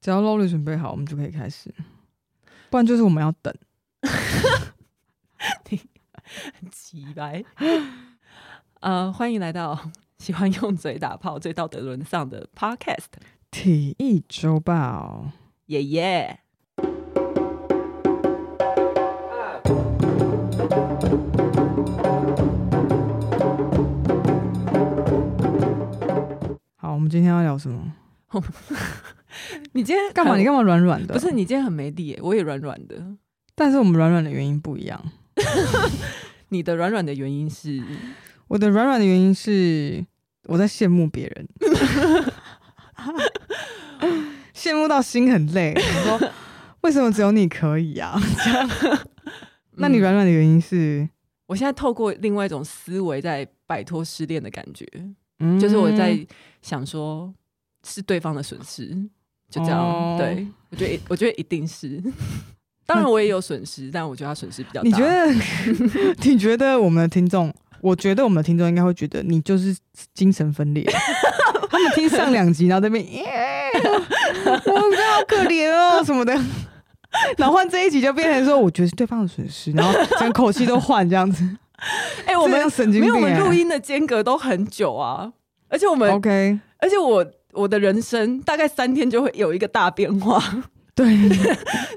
只要 Lolly 准备好，我们就可以开始，不然就是我们要等。奇白。呃，欢迎来到 喜欢用嘴打炮、最道德沦丧的 Podcast，体育周报，爷爷。好，我们今天要聊什么？你今天干嘛？很你干嘛软软的？不是，你今天很没力耶，我也软软的。但是我们软软的原因不一样。你的软软的原因是，我的软软的原因是我在羡慕别 人，羡慕到心很累。我 说为什么只有你可以啊？ 那你嗯软软的原因是，我现在透过另外一种思维在摆脱失恋的感觉，就是我在嗯想说，是对方的损失，就这样。哦对我觉得，我觉得一定是。 当然，我也有损失，但我觉得他损失比较大。你觉得？你觉得 我们的听众？我觉得我们的听众应该会觉得你就是精神分裂。他们听上两集，然后在那边，耶，我觉得好可怜哦什么的。然后换这一集就变成说，我觉得是对方的损失，然后整个口气都换这样子。哎、我这们样神经没病、有，欸。我们录音的间隔都很久啊，而且我们， OK，而且我我的人生大概三天就会有一个大变化， 对，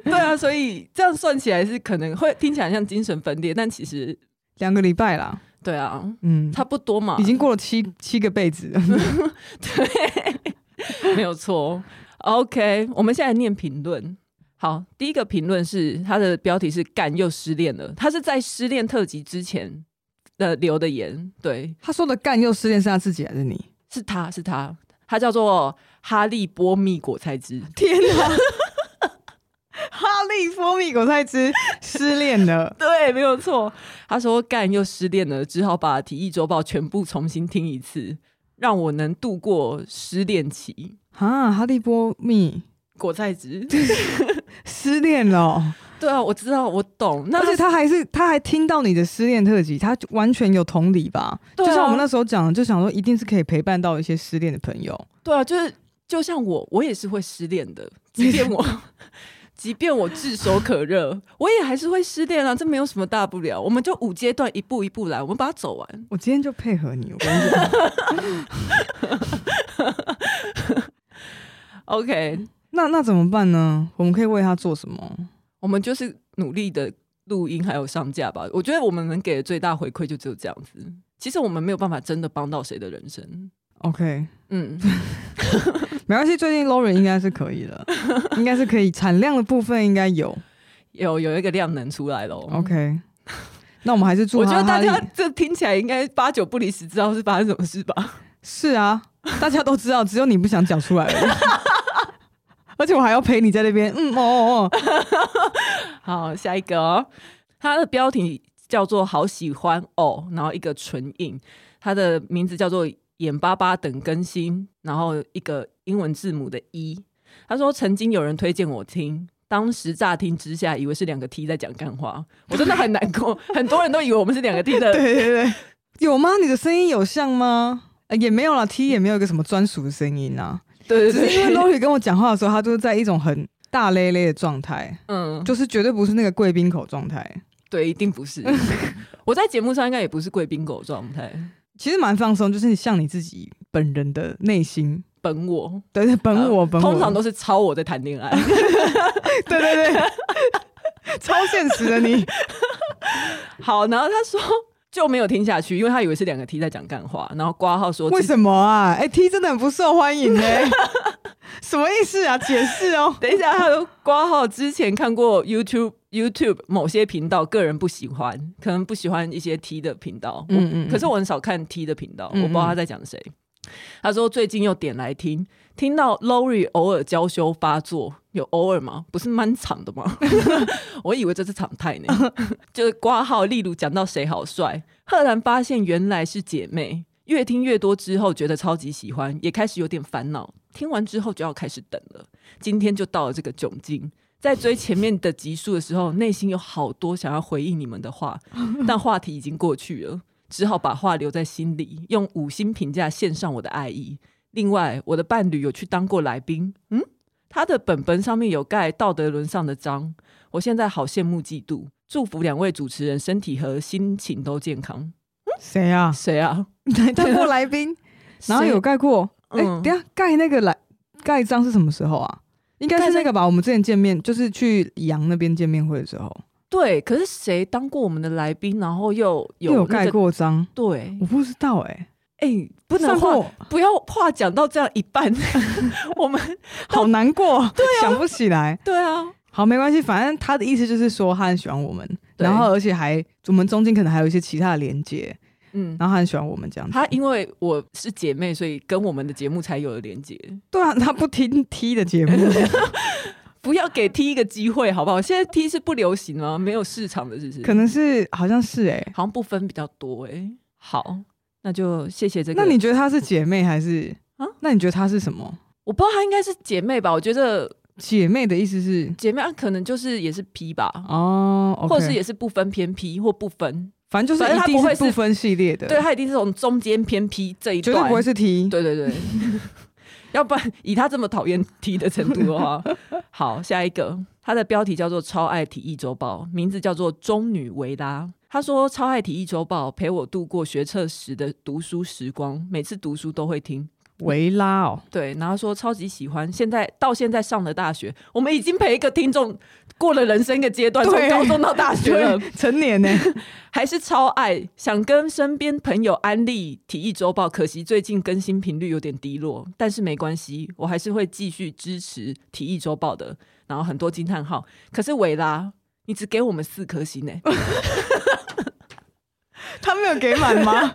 对啊，所以这样算起来是可能会听起来像精神分裂，但其实两个礼拜啦，对啊，嗯，差不多嘛，已经过了七七个辈子了。 没有错。OK，我们现在念评论。好，第一个评论是他的标题是“干又失恋了”，他是在失恋特辑之前的留的言，对，他说的干又失恋是他自己还是你？是他是他，他叫做哈利波蜜果菜汁。天哪！哈利波蜜果菜汁失恋了， 对，没有错。他说干又失恋了，只好把《体育周报》全部重新听一次，让我能度过失恋期。啊！哈利波蜜果菜汁， 失恋了哦、对啊，我知道，我懂。那而且他还是他还听到你的失恋特辑，他完全有同理吧？对啊就像我们那时候讲的，就想说一定是可以陪伴到一些失恋的朋友。对啊，就是就像我，我也是会失恋的，即 便我。即便我炙手可热，我也还是会失恋啊，这没有什么大不了。我们就五阶段一步一步来，我们把它走完。我今天就配合你，我跟你 讲。 OK，那那怎么办呢？我们可以为他做什么？我们就是努力的录音还有上架吧。我觉得我们能给的最大回馈就只有这样子。其实我们没有办法真的帮到谁的人生。 OK，嗯，没关系，最近 Lauren 应该是可以 了，应该是可以，产量的部分应该有。有有一个量能出来咯。 OK，那我们还是祝嗯我觉得哈大哈利家这听起来应该八九不离十，知道是发生什么事吧？是啊，大家都知道，只有你不想讲出来而 已。而且我还要陪你在那边，嗯哦哦哦，好，下一个、哦，它的标题叫做“好喜欢哦”，然后一个唇印，它的名字叫做“眼巴巴等更新”，然后一个英文字母的一、他说曾经有人推荐我听。当时乍听之下，以为是两个 T 在讲干话，我真的很难过。很多人都以为我们是两个 T 的，对对对，有吗？你的声音有像吗？呃也没有啦，T 也没有一个什么专属的声音啊，对对只是因 为对， Lori 跟我讲话的时候，她就是在一种很大咧咧的状态，嗯，就是绝对不是那个贵宾口状态，对，一定不是。我在节目上应该也不是贵宾狗状态，其实蛮放松，就是你像你自己本人的内心，本我，对对，本我呃本我，通常都是超我在谈恋爱。 对对对， 超现实的你，好，然后他说就没有听下去，因为他以为是两个 T 在讲干话，然后挂号说为什么啊？哎、t 真的很不受欢迎呢、欸 什么意思啊？解释哦。等一下，他都挂号之前看过 YouTube YouTube 某些频道，个人不喜欢，可能不喜欢一些 T 的频道。嗯嗯嗯嗯可是我很少看 T 的频道，嗯嗯我不知道他在讲谁。他说最近又点来听，听到 Lori 偶尔娇羞发作，有偶尔吗？不是蛮长的 吗？我以为这是常态呢。 就是挂号，例如讲到谁好帅，赫然发现原来是姐妹。越听越多之后，觉得超级喜欢，也开始有点烦恼。听完之后就要开始等了。今天就到了这个窘境。在追前面的集数的时候，内心有好多想要回应你们 的话，但话题已经过去了，只好把话留在心里，用五星评价献上我的爱意。另外，我的伴侣有去当过来宾，嗯，他的本本上面有盖道德沦丧的章，我现在好羡慕嫉妒。祝福两位主持人身体和心情都健康。谁啊？谁啊？带过来宾，然后有盖过。哎、嗯等一下盖那个来盖章是什么时候啊？应该盖是章那个吧？我们之前见面就是去阳那边见面会的时候，对，可是谁当过我们的来宾，然后又有、那又有个盖？过章，对我，不知道哎、哎、不能上话过不要话讲到这样一 半，我们好难哦过，对、啊想不起来。对啊，好，没关系，反正他的意思就是说他很喜欢我们，对然后而且还我们中间可能还有一些其他的连接，嗯，然后他很喜欢我们这样子。她因为我是姐妹，所以跟我们的节目才有了连接。对啊，他不听 T 的 节目，不要给 T 一个机会，好不好？现在 T 是不流行吗？没有市场的，是不是？可能是好像是哎、好像不分比较多哎、好，那就谢谢这个。那你觉得她是姐妹还是啊啊？那你觉得她是什么？我不知道她应该是姐妹吧？我觉得姐妹的意思是姐妹啊可能就是也是 P 吧哦，OK，或者是也是不分偏 P 或不分。反正就是一反正定她不会是不分系列的，对，，她一定是从中间偏 P 这一绝段，对不会是 T。 对对对，要不然以他这么讨厌 T 的程度的话， 好，下一个，他的标题叫做《超爱体育周报》，名字叫做《中女维拉》。他说：“超爱体育周报陪我度过学测时的读书时光，每次读书都会听。维拉 哦，对，然后说超级喜欢。现在到现在上了大学，我们已经陪一个听众过了人生一个阶段，从对高中到大学 了，对，成年呢，还是超爱，想跟身边朋友安利《体育周报》，可惜最近更新频率有点低落，但是没关系，我还是会继续支持《体育周报》的。然后很多惊叹号，可是维拉，你只给我们四颗 星呢、他没有给满 吗？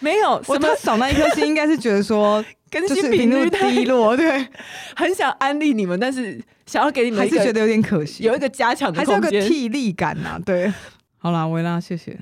没有我什么他少那一颗星，应该是觉得 说更就新是频频率率太低落， 对，很想安利你们，但是想要给你们还一 是觉个得有点可惜有，一个加强的还是有空个间。替力感呐。 对，好啦，维拉，谢谢，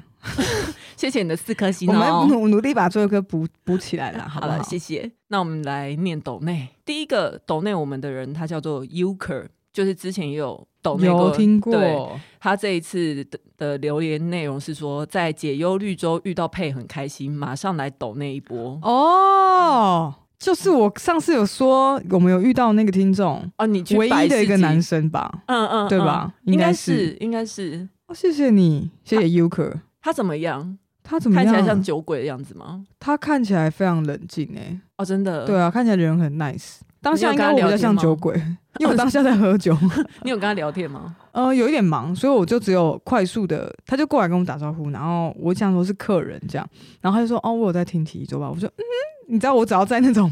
谢谢你的四颗星我们哦。努努力把最后一颗补补起来啦，好不了，好？谢谢。那我们来念抖内，第一个抖内我们的人，他叫做 Uker，就是之前也有抖内有听对过，他这一次的的留言内容是说，在解忧绿洲遇到佩很开心，马上来抖那一波。哦哦，就是我上次有说，我们有遇到那个听众，哦你去唯百一的事一个集男，生吧？嗯嗯，对吧嗯应应该该是是，应该是。哦，谢谢你，谢谢 Uker，他怎么样？他怎么看样？起来像酒鬼的样子吗？他看起来非常冷静诶、哦，真的。对，啊，看起来人很 nice。当下应该我你比有较跟他聊天像吗酒鬼， 因为我当下在喝 酒，你有跟他聊天吗？呃，有一点忙，所以我就只有快速的，他就过来跟我打招呼，然后我想说是客人这样，然后他就说哦，我有在听体育周报，我说嗯，你知道我只要在那 种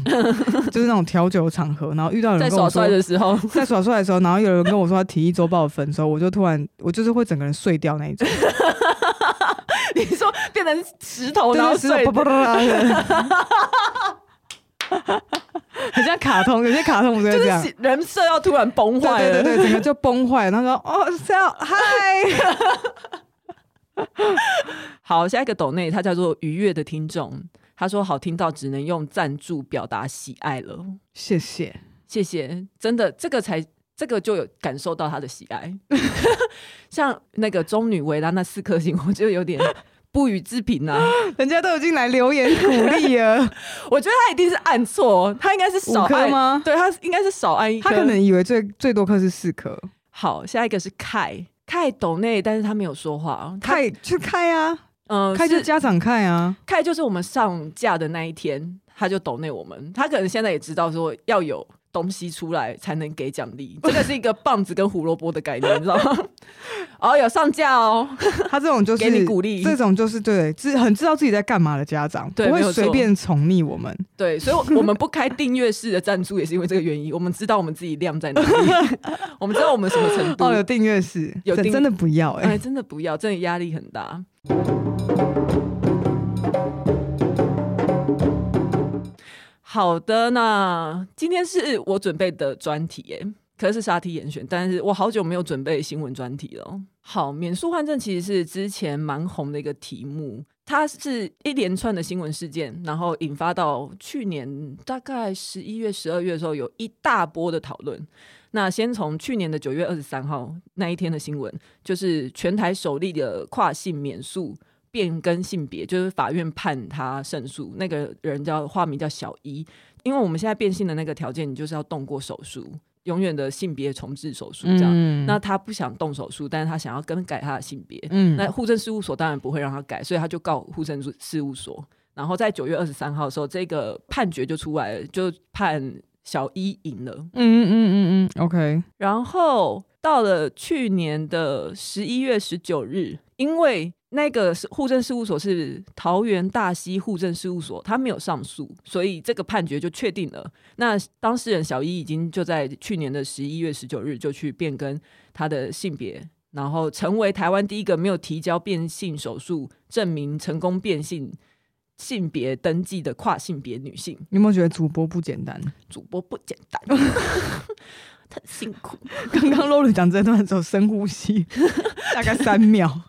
就是那种调酒场合，然后遇到人在跟我耍说帅的 时候，在耍帅的时候，然后有人跟我说他提议周报的分的时候，我就突然我就是会整个人碎掉那一种，你说变成石头，对哦然后就是睡啪啪啪啪啪的很像卡通，有些卡通不是会就这样。是人设要突然崩坏对对了。对，对整个就崩坏。然后说：“哦，是要嗨，好，下一个抖内，他叫做愉悦的听众，他说好听到只能用赞助表达喜爱了。谢谢。谢谢，真的，这个才这个就有感受到他的喜 爱。 像那个中女维拉那四颗星，我就有点不予置评啊。人家都已经来留言鼓励了，我觉得他一定是按错，哦他应该是少五颗按吗对他应该是少按一颗。他可能以为最最多颗是四颗，好，下一个是凯凯抖内，但是他没有说话。哦他开就开啊，嗯，开就是家长开啊，凯就是我们上架的那一天，他就抖内我们。他可能现在也知道说要有东西出来才能给奖励，这个是一个棒子跟胡萝卜的概念，你知道吗？ 哦，有上架哦。他这种就是给你鼓励这种就是对，知很知道自己在干嘛的家长，对不没会有错随便宠溺我们。对，所以我，我们不开订阅式的赞助也是因为这个原因。我们知道我们自己量在哪 里，我们知道我们什么程度。哦，有订阅式，有真订真的不要哎、哎，真的不要，真的压力很大。好的，那今天是我准备的专题耶，可是是沙 T 严选，但是我好久没有准备新闻专题了。好，免诉换证其实是之前蛮红的一个题目，它是一连串的新闻事件，然后引发到去年大概十一月、十二月的时候有一大波的讨论。那先从去年的九月二十三号那一天的新闻，就是全台首例的跨性免诉变更性别，就是法院判他胜诉。那个人叫化名叫小一，因为我们现在变性的那个条件，你就是要动过手术。永远的性别重置手术这样。嗯，那他不想动手术，但是他想要更改他的性别。嗯那户政事务所当然不会让他改，所以他就告户政事务所。然后在九月二十三号的时候，这个判决就出来了，就判小一赢了。嗯嗯嗯嗯嗯，OK，然后到了去年的十一月十九日，因为那个是户政事务所是桃园大溪户政事务所，他没有上诉，所以这个判决就确定了。那当事人小一已经就在去年的十一月十九日就去变更他的性别，然后成为台湾第一个没有提交变性手术证明成功变性性别登记的跨性别女性。你有没有觉得主播不简单？主播不简 单，很辛苦。刚刚 Lori 讲这段的时候，深呼吸大概三秒，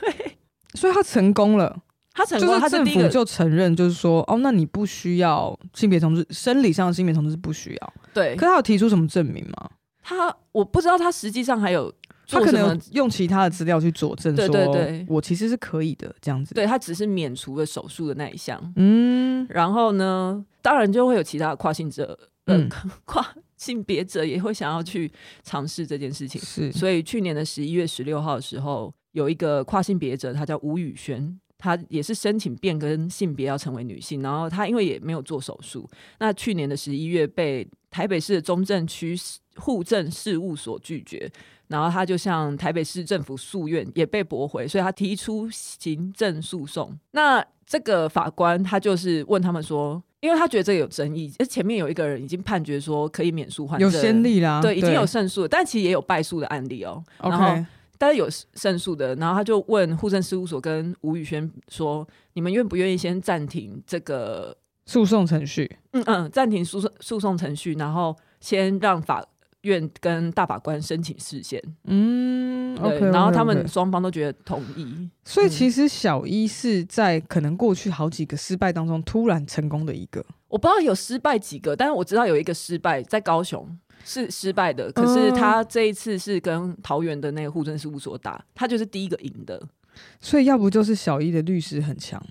对。所以他成功了，他成就功，是他是政第一府个就承认，就是说，哦，那你不需要性别同志，生理上的性别同志是不需要。对可，他有提出什么证明吗？他我不知道他实际上还有他做可什能么有，用其他的资料去佐证说，对对对我其实是可以的，这样子。，对他只是免除了手术的那一项。嗯然后呢，当然就会有其他的跨性者，呃嗯，跨性别者也会想要去尝试这件事情。是，所以去年的十一月十六号的时候，有一个跨性别者，他叫吴宇轩，他也是申请变更性别要成为女性，然后他因为也没有做手术，那去年的十一月被台北市的中正区户政事务所拒绝。然后他就向台北市政府诉愿，也被驳回，所以他提出行政诉讼。那这个法官他就是问他们说，因为他觉得这个有争议，呃前面有一个人已经判决说可以免诉换有证，先例啦，对，已经有胜诉了，但其实也有败诉的案例哦。然后 OK，但是有胜诉的，然后他就问户政事务所跟吴宇轩说：“你们愿不愿意先暂停这个，诉讼程序，嗯嗯，暂停诉讼诉讼程序，然后先让法院跟大法官申请释宪？”嗯对，OK，然后他们双方都觉得同意。所以嗯其实小一是在可能过去好几个失败当中突然成功的一个，我不知道有失败几个，但是我知道有一个失败在高雄是失败的，可是他这一次是跟桃园的那个户政事务所打，他就是第一个赢的。所以要不就是小一的律师很强，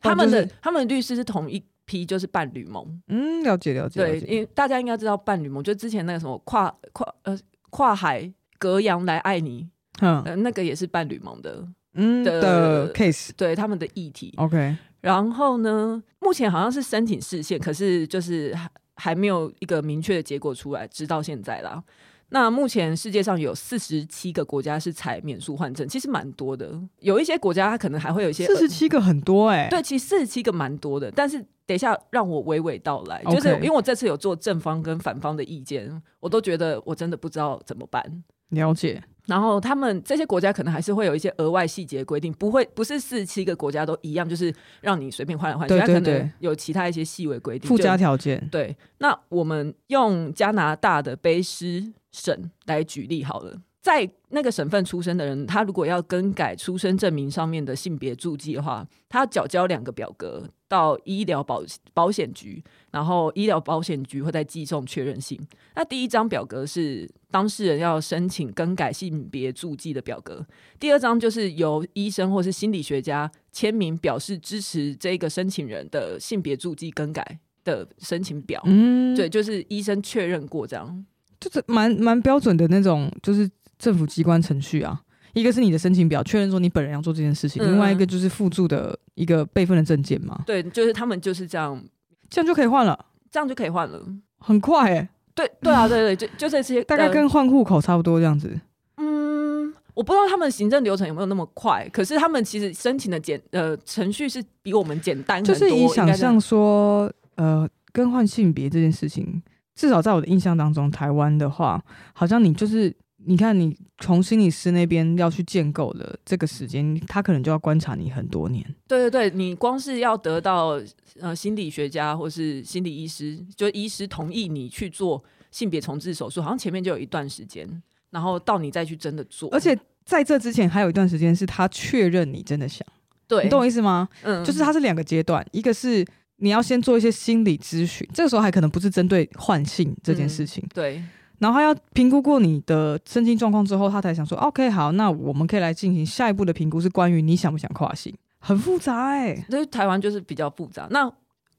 他们不的、哦然就是他们的律师是同一批，就是伴侣盟。嗯，了解了解，对，了解因为大家应该知道伴侣盟，就之前那个什么跨跨呃跨海隔洋来爱你，嗯呃，那个也是伴侣盟的，嗯的的 case。对他们的议题。 OK，然后呢，目前好像是申请视线，可是就是还还没有一个明确的结果出来，直到现在啦。那目前世界上有四十七个国家是采免诉换证，其实蛮多的。有一些国家它可能还会有一些四十七个很多哎、对，其实四十七个蛮多的，但是等一下让我娓娓道来 OK 就是因为我这次有做正方跟反方的意见，我都觉得我真的不知道怎么办。了解，然后他们这些国家可能还是会有一些额外细节规定，不会不是四十七个国家都一样，就是让你随便换来换去，对它对可对能有其他一些细微规定。附加就条件，对，那我们用加拿大的卑诗省来举例好了。在那个省份出生的人，他如果要更改出生证明上面的性别注记的话，他要缴交两个表格到医疗保保险局，然后医疗保险局会再寄送确认信。那第一张表格是当事人要申请更改性别注记的表格，第二张就是由医生或是心理学家签名表示支持这个申请人的性别注记更改的申请表。嗯，哦对，，就是医生确认过这样。就是蛮蛮标准的那种，就是政府机关程序啊。一个是你的申请表，确认说你本人要做这件事情；，嗯另外一个就是附注的一个备份的证件嘛，对，就是他们就是这样，这样就可以换了，这样就可以换了。很快哎、对对啊，对对，就就这些，大概呃跟换户口差不多这样子。嗯，我不知道他们行政流程有没有那么快，可是他们其实申请的简呃程序是比我们简单很就多，是以应想该这样象说，呃，更换性别这件事情，至少在我的印象当中，台湾的话，好像你就是你看你从心理师那边要去建构的这个时间，他可能就要观察你很多年。对对对，你光是要得到呃心理学家或是心理医师，就医师同意你去做性别重置手术，好像前面就有一段时间，然后到你再去真的做，而且在这之前还有一段时间是他确认你真的想，对，你懂我意思吗？嗯就是它是两个阶段，一个是你要先做一些心理咨询，这个时候还可能不是针对换性这嗯件事情，对然后他要评估过你的身心状况之后，他才想说 OK 好，那我们可以来进行下一步的评估，是关于你想不想跨性，很复杂哎、所以台湾就是比较复杂。那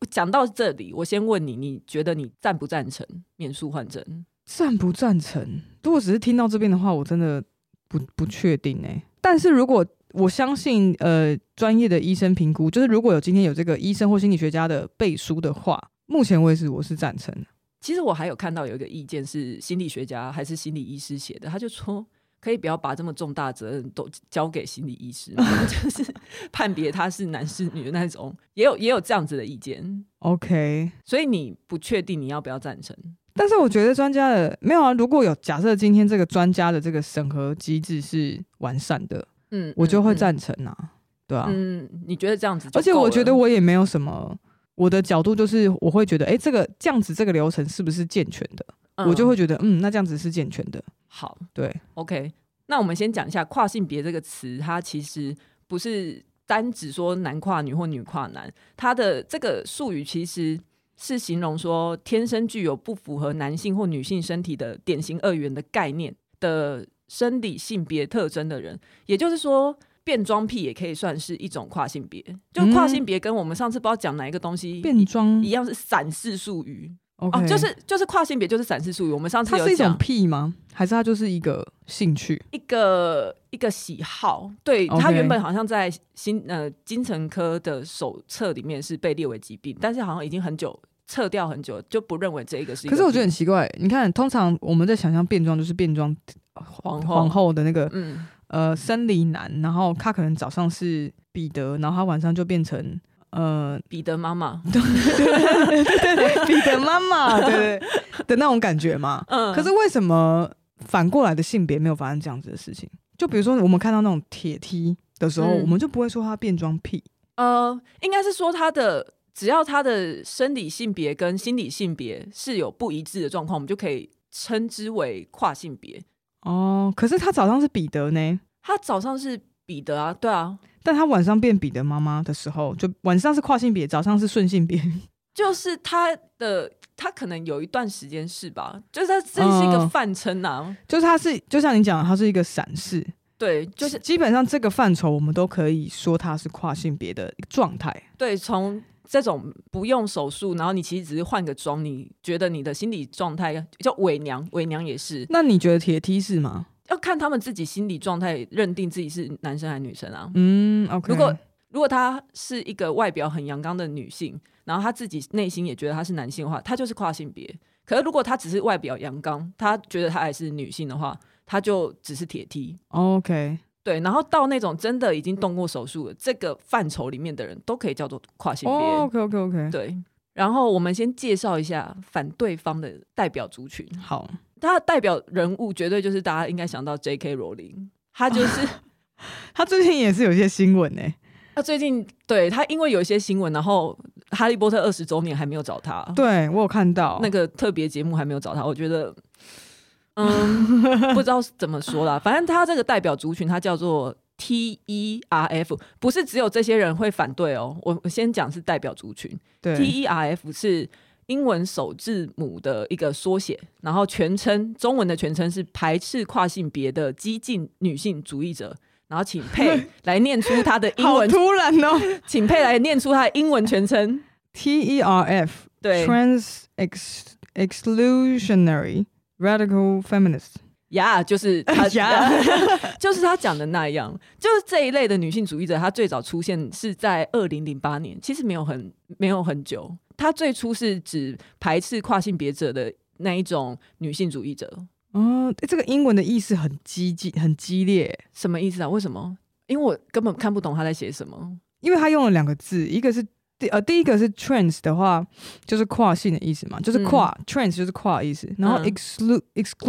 讲到这里，我先问你，你觉得你赞不赞成免诉换证？赞不赞成？如果只是听到这边的话，我真的不不确定哎、但是如果我相信，呃，专业的医生评估，就是如果有今天有这个医生或心理学家的背书的话，目前为止我是赞成的。其实我还有看到有一个意见是心理学家还是心理医师写的，他就说可以不要把这么重大责任都交给心理医师嘛， 就是判别他是男是女的那种，也有也有这样子的意见， OK，所以你不确定你要不要赞成，但是我觉得专家的没有啊。如果有假设今天这个专家的这个审核机制是完善的，嗯，我就会嗯，赞成啊，对啊。嗯，嗯你觉得这样子就而够了，且我觉得我也没有什么，我的角度就是我会觉得，哎、这个这样子这个流程是不是健全的？嗯我就会觉得，嗯，那这样子是健全的。好对， ，OK，那我们先讲一下跨性别这个词，它其实不是单指说男跨女或女跨男，它的这个术语其实是形容说天生具有不符合男性或女性身体的典型二元的概念的生理性别特征的人，也就是说。变装癖也可以算是一种跨性别，就跨性别跟我们上次不知道讲哪一个东西嗯变装一样是散式术语 OK，、哦，就是就是跨性别就是散式术语，我们上次它有是一讲种癖吗？还是它就是一个兴趣？一个一个喜好，对 OK 他原本好像在新呃精神科的手册里面是被列为疾病，但是好像已经很久撤掉很久，就不认为这一个是一可个病。是我觉得很奇怪，你看，通常我们在想象变装就是变装皇后皇后的那个嗯，呃生理男，然后他可能早上是彼得，然后他晚上就变成呃 彼得妈妈，彼得妈妈，对对对的那种感觉嘛。嗯，可是为什么反过来的性别没有发生这样子的事情？就比如说我们看到那种铁梯的时候，嗯我们就不会说他变装癖。呃，应该是说他的只要他的生理性别跟心理性别是有不一致的状况，我们就可以称之为跨性别。哦，可是他早上是彼得呢，他早上是彼得啊，对啊，但他晚上变彼得妈妈的时候，就晚上是跨性别，早上是顺性别。 就是他的，他可能有一段时间是吧？就是他这是一个嗯泛称啊，就是他是就像你讲的，他是一个闪示，对，就是基本上这个范畴我们都可以说他是跨性别的状态。对，从这种不用手术，然后你其实只是换个妆，你觉得你的心理状态叫伪娘，伪娘也是那你觉得铁梯是吗？要看他们自己心理状态，认定自己是男生还是女生啊。嗯，OK。如果如果她是一个外表很阳刚的女性，然后她自己内心也觉得她是男性的话，她就是跨性别。可是如果她只是外表阳刚，她觉得她还是女性的话，她就只是铁梯。哦 OK，对，然后到那种真的已经动过手术了这个范畴里面的人，都可以叫做跨性别。哦，OK，OK，OK，对，然后我们先介绍一下反对方的代表族群，好，他的代表人物绝对就是大家应该想到 J.K. 罗琳，他就是他最近也是有一些新闻呢、他最近对他因为有一些新闻，然后《哈利波特》二十周年还没有找他，对我有看到那个特别节目还没有找他，我觉得。嗯，不知道是怎么说啦，反正他这个代表族群，他叫做 T E R F，不是只有这些人会反对哦。我我先讲是代表族群，对 T E R F 是英文首字母的一个缩写，然后全称中文的全称是排斥跨性别的激进女性主义者。然后请佩来念出他的 英好文，突然哦、请佩来念出他的英文全称。 t E R F 对 Trans Ex Exclusionary Radical Feminist。呀就是 他呀 就是他讲的那样，就是这一类的女性主义者，她最早出现是在二零零八年，其实没有很没有很久。她最初是指排斥跨性别者的那一种女性主义者，哦、诶这个英文的意思很激进、很激烈欸、什么意思啊？为什么？因为我根本看不懂他在写什么。因为他用了两个字，一个是第呃第一个是 trans 的话，就是跨性的意思嘛，就是跨、trans 就是跨的意思，然后嗯 exclu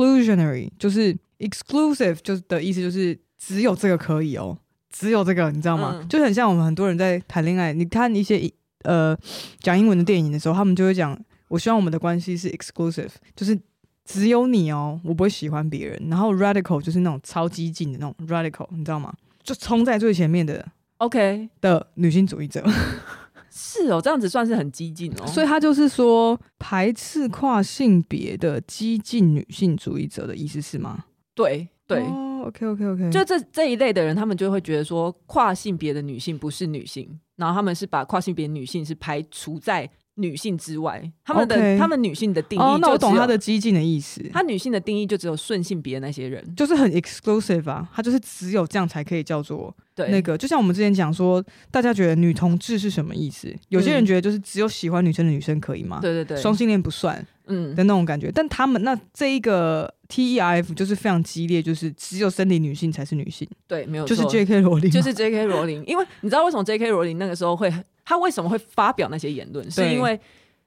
exclusionary 就是 exclusive 就是的意思就是只有这个可以哦，只有这个你知道吗？嗯就很像我们很多人在谈恋爱，你看一些呃讲英文的电影的时候，他们就会讲，我希望我们的关系是 exclusive，就是。只有你哦，我不会喜欢别人。然后 radical 就是那种超激进的那种 radical，你知道吗？就冲在最前面的 OK，的女性主义者，是哦，这样子算是很激进哦。所以他就是说排斥跨性别的激进女性主义者的意思是吗？对对，哦，OK OK OK，就这这一类的人，他们就会觉得说，跨性别的女性不是女性，然后他们是把跨性别女性是排除在女性之外，他们的 OK 他们女性的定义哦，那我就只懂有他的激进的意思，他女性的定义就只有顺性别的那些人，就是很 exclusive 啊，他就是只有这样才可以叫做对，那个。就像我们之前讲说，大家觉得女同志是什么意思？有些人觉得就是只有喜欢女生的女生可以吗？嗯对对对，双性恋不算嗯的那种感觉。但他们那这一个 T E R F 就是非常激烈，就是只有生理女性才是女性，对，没有就是错 J K 罗琳嘛，就是 J.K. 罗琳，因为你知道为什么 J.K. 罗琳那个时候会，他为什么会发表那些言论，是对因为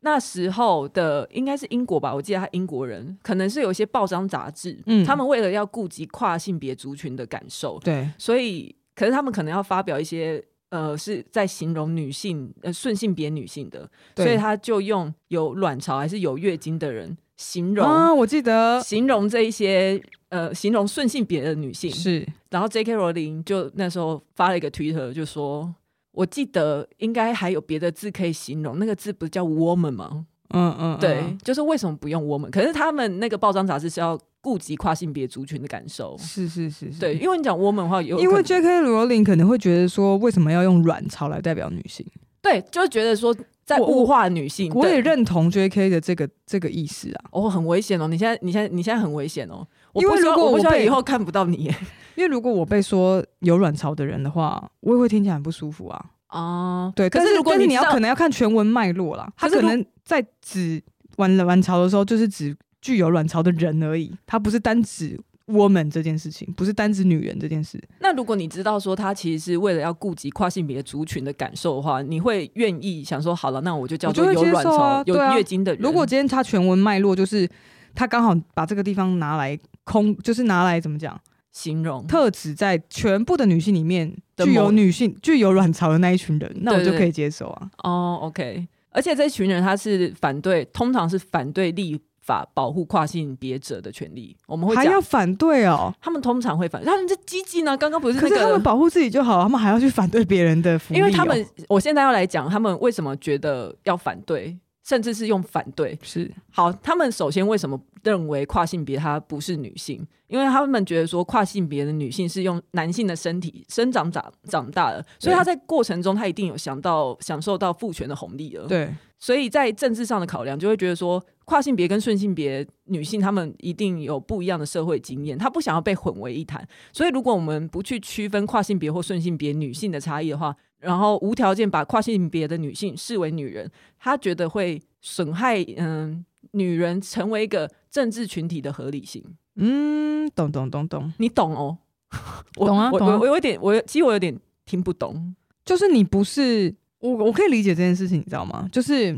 那时候的应该是英国吧，我记得他英国人，可能是有一些报章杂志，嗯他们为了要顾及跨性别族群的感受，对所以可是他们可能要发表一些。呃，是在形容女性呃顺性别女性的，对所以他就用有卵巢还是有月经的人形容、啊，我记得形容这一些呃形容顺性别的女性，是然后 J.K. 罗琳就那时候发了一个 Twitter，就说：“我记得应该还有别的字可以形容，那个字不是叫 woman 吗？嗯嗯，对，嗯就是为什么不用 woman？可是他们那个报章杂志是要顾及跨性别族群的感受，是是是是，对，。因为你讲 woman 的话有可能，因为 J.K. 罗琳可能会觉得说，为什么要用卵巢来代表女性？对，就是觉得说在我物化女性，我也对，认同 J.K. 的这个这个意思啊，哦，很危险哦！你现在，你现在，你现在很危险哦！我因为不希望如果我不我希望被以后看不到你耶 因为如果我被说有卵巢的人的话，我也会听起来很不舒服啊。啊，对，可但是如果但是你知要道可能要看全文脉络啦，他可是可如能在指卵卵巢的时候，就是指具有卵巢的人而已，他不是单指 woman 这件事情，不是单指女人这件事。那如果你知道说他其实是为了要顾及跨性别族群的感受的话，你会愿意想说好了，那我就叫做我就有会接卵受巢、啊有对啊月经的人。如果今天他全文脉络就是他刚好把这个地方拿来空，就是拿来怎么讲，嗯形容，特指在全部的女性里面的具某有女性具有卵巢的那一群人，那我对就对可以接受啊。哦，OK，而且这群人他是反对，通常是反对立法保护跨性别者的权利。我们会还讲要，反对哦。他们通常会反，他们这激进呢，刚刚不是可那是他个们。保护自己就好，他们还要去反对别人的福利哦、因为他们，我现在要来讲他们为什么觉得要反对，甚至是用反对。是好，他们首先为什么认为跨性别它不是女性？因为他们觉得说跨性别的女性是用男性的身体生长长长大的，所以她在过程中她一定有想到享受到父权的红利了。，对所以在政治上的考量，就会觉得说跨性别跟顺性别女性她们一定有不一样的社会经验，她不想要被混为一谈。所以如果我们不去区分跨性别或顺性别女性的差异的话，然后无条件把跨性别的女性视为女人，她觉得会损害嗯、女人成为一个政治群体的合理性。嗯，懂懂懂懂，你懂哦？ 我懂啊我懂啊我我有点，我其实我有点听不懂。就是你不是我，我可以理解这件事情，你知道吗？就是，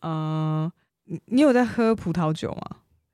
呃，你你有在喝葡萄酒吗？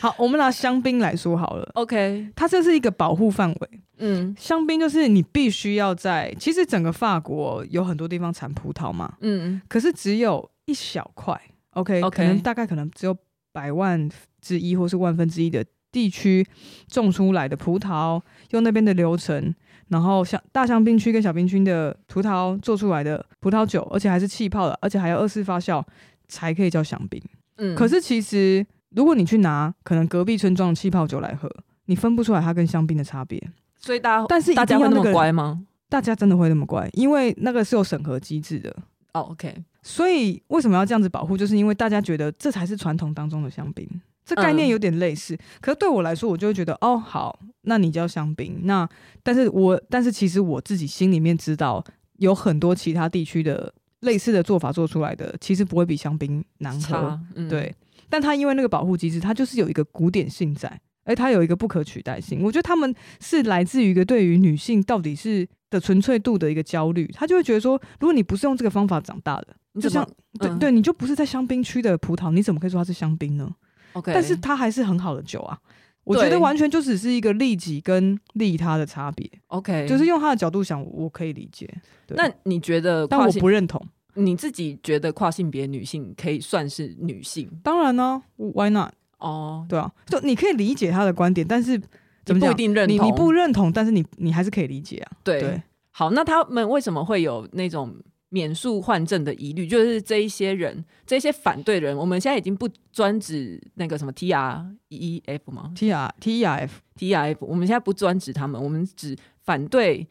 好，我们拿香槟来说好了， OK，它这是一个保护范围。嗯香槟就是你必须要在，其实整个法国有很多地方产葡萄嘛，嗯可是只有一小块，OK，, OK 可能大概可能只有百万之一或是万分之一的地区种出来的葡萄，用那边的流程，然后像大香槟区跟小冰区的葡萄做出来的葡萄酒，而且还是气泡的，而且还要二次发酵才可以叫香槟。嗯，可是其实如果你去拿可能隔壁村庄的气泡酒来喝，你分不出来它跟香槟的差别。所以大家但是一哦大家定会要那那么个乖吗？大家真的会那么乖，因为那个是有审核机制的。哦，OK，所以为什么要这样子保护？就是因为大家觉得这才是传统当中的香槟，这概念嗯有点类似。可是对我来说，我就会觉得哦，好，那你叫香槟。那但是我但是其实我自己心里面知道，有很多其他地区的类似的做法做出来的，其实不会比香槟难喝。差，嗯，对，但它因为那个保护机制，它就是有一个古典性在，而它有一个不可取代性。我觉得他们是来自于一个对于女性到底是的纯粹度的一个焦虑，他就会觉得说，如果你不是用这个方法长大的。你就怎么像对、嗯对，你就不是在香槟区的葡萄，你怎么可以说它是香槟呢？ OK，但是它还是很好的酒啊。我觉对得完全就只是一个利己跟利他的差别， OK，就是用他的角度想，我可以理解。对那你觉得但跨我性不认同。你自己觉得跨性别女性可以算是女性当然呢、我 w h y not？哦？对啊，就你可以理解他的观点，但是怎么你不一讲？定认你同，你不认同，但是你你还是可以理解啊。对对，好，那他们为什么会有那种免诉换证的疑虑？就是这一些人，这些反对人，我们现在已经不专指那个什么 T R E F 吗 T R T E R F ？T R F，我们现在不专指他们，我们只反对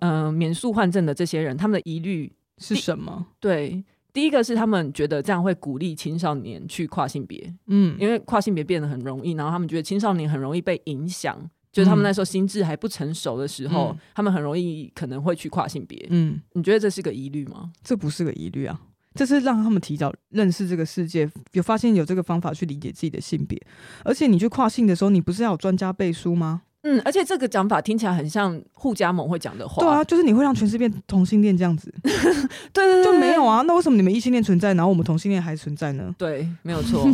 呃免诉换证的这些人，他们的疑虑是什么？对。第一个是他们觉得这样会鼓励青少年去跨性别，嗯，因为跨性别变得很容易，然后他们觉得青少年很容易被影响，就是他们那时候心智还不成熟的时候，嗯他们很容易可能会去跨性别。嗯，你觉得这是个疑虑吗？这不是个疑虑啊，这是让他们提早认识这个世界，有发现有这个方法去理解自己的性别。而且你去跨性的时候，你不是要有专家背书吗？嗯，而且这个讲法听起来很像互加盟会讲的话，对啊，就是你会让全世界变同性恋这样子，对，对对就对没有啊？那为什么你们异性恋存在，然后我们同性恋还存在呢？对，没有错。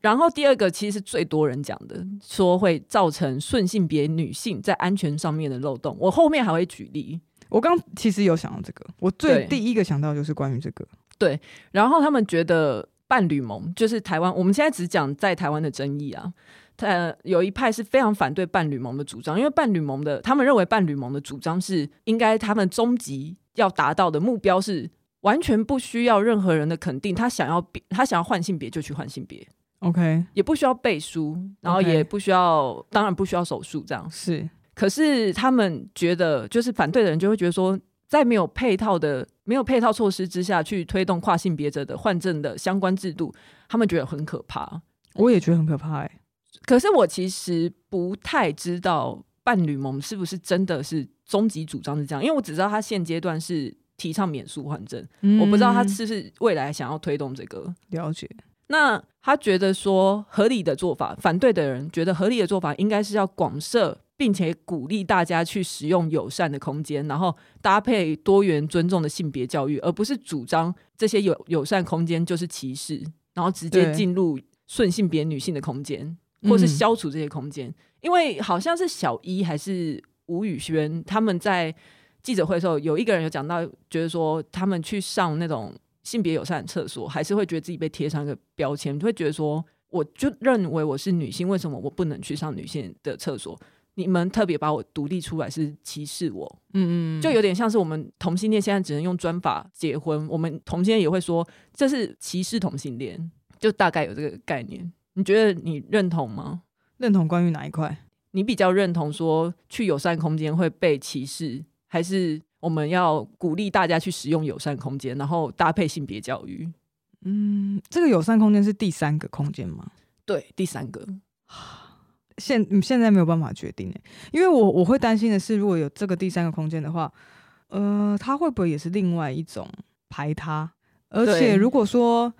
然后第二个其实是最多人讲的，说会造成顺性别女性在安全上面的漏洞。我后面还会举例。我刚其实有想到这个，我最对第一个想到就是关于这个，然后他们觉得伴侣盟就是台湾，我们现在只讲在台湾的争议啊。呃，有一派是非常反对伴侣盟的主张，因为伴侣盟的他们认为伴侣盟的主张是应该他们终极要达到的目标是完全不需要任何人的肯定，他想要变他想要换性别就去换性别， OK，也不需要背书，然后 OK 也不需要当然不需要手术这样。是可是他们觉得，就是反对的人就会觉得说，在没有配套的、没有配套措施之下去推动跨性别者的换证的相关制度，他们觉得很可怕。我也觉得很可怕哎、可是我其实不太知道伴侣盟是不是真的是终极主张是这样，因为我只知道他现阶段是提倡免诉换证，我不知道他嗯是不是未来想要推动这个。了解，那他觉得说合理的做法，反对的人觉得合理的做法应该是要广设，并且鼓励大家去使用友善的空间，然后搭配多元尊重的性别教育，而不是主张这些友友善空间就是歧视，然后直接对进入顺性别女性的空间，或是嗯消除这些空间。因为好像是小一还是吴宇轩他们在记者会的时候，有一个人有讲到，觉得说他们去上那种性别友善的厕所，还是会觉得自己被贴上一个标签，就会觉得说，我就认为我是女性，为什么我不能去上女性的厕所？你们特别把我独立出来是歧视我，嗯嗯，就有点像是我们同性恋现在只能用专法结婚，我们同性恋也会说这是歧视同性恋，就大概有这个概念。你觉得你认同吗？认同关于哪一块？你比较认同说去友善空间会被歧视，还是我们要鼓励大家去使用友善空间，然后搭配性别教育？嗯，这个友善空间是第三个空间吗？对，第三个，现嗯现在没有办法决定哎、因为我我会担心的是，如果有这个第三个空间的话，呃，它会不会也是另外一种排他？而且对如果说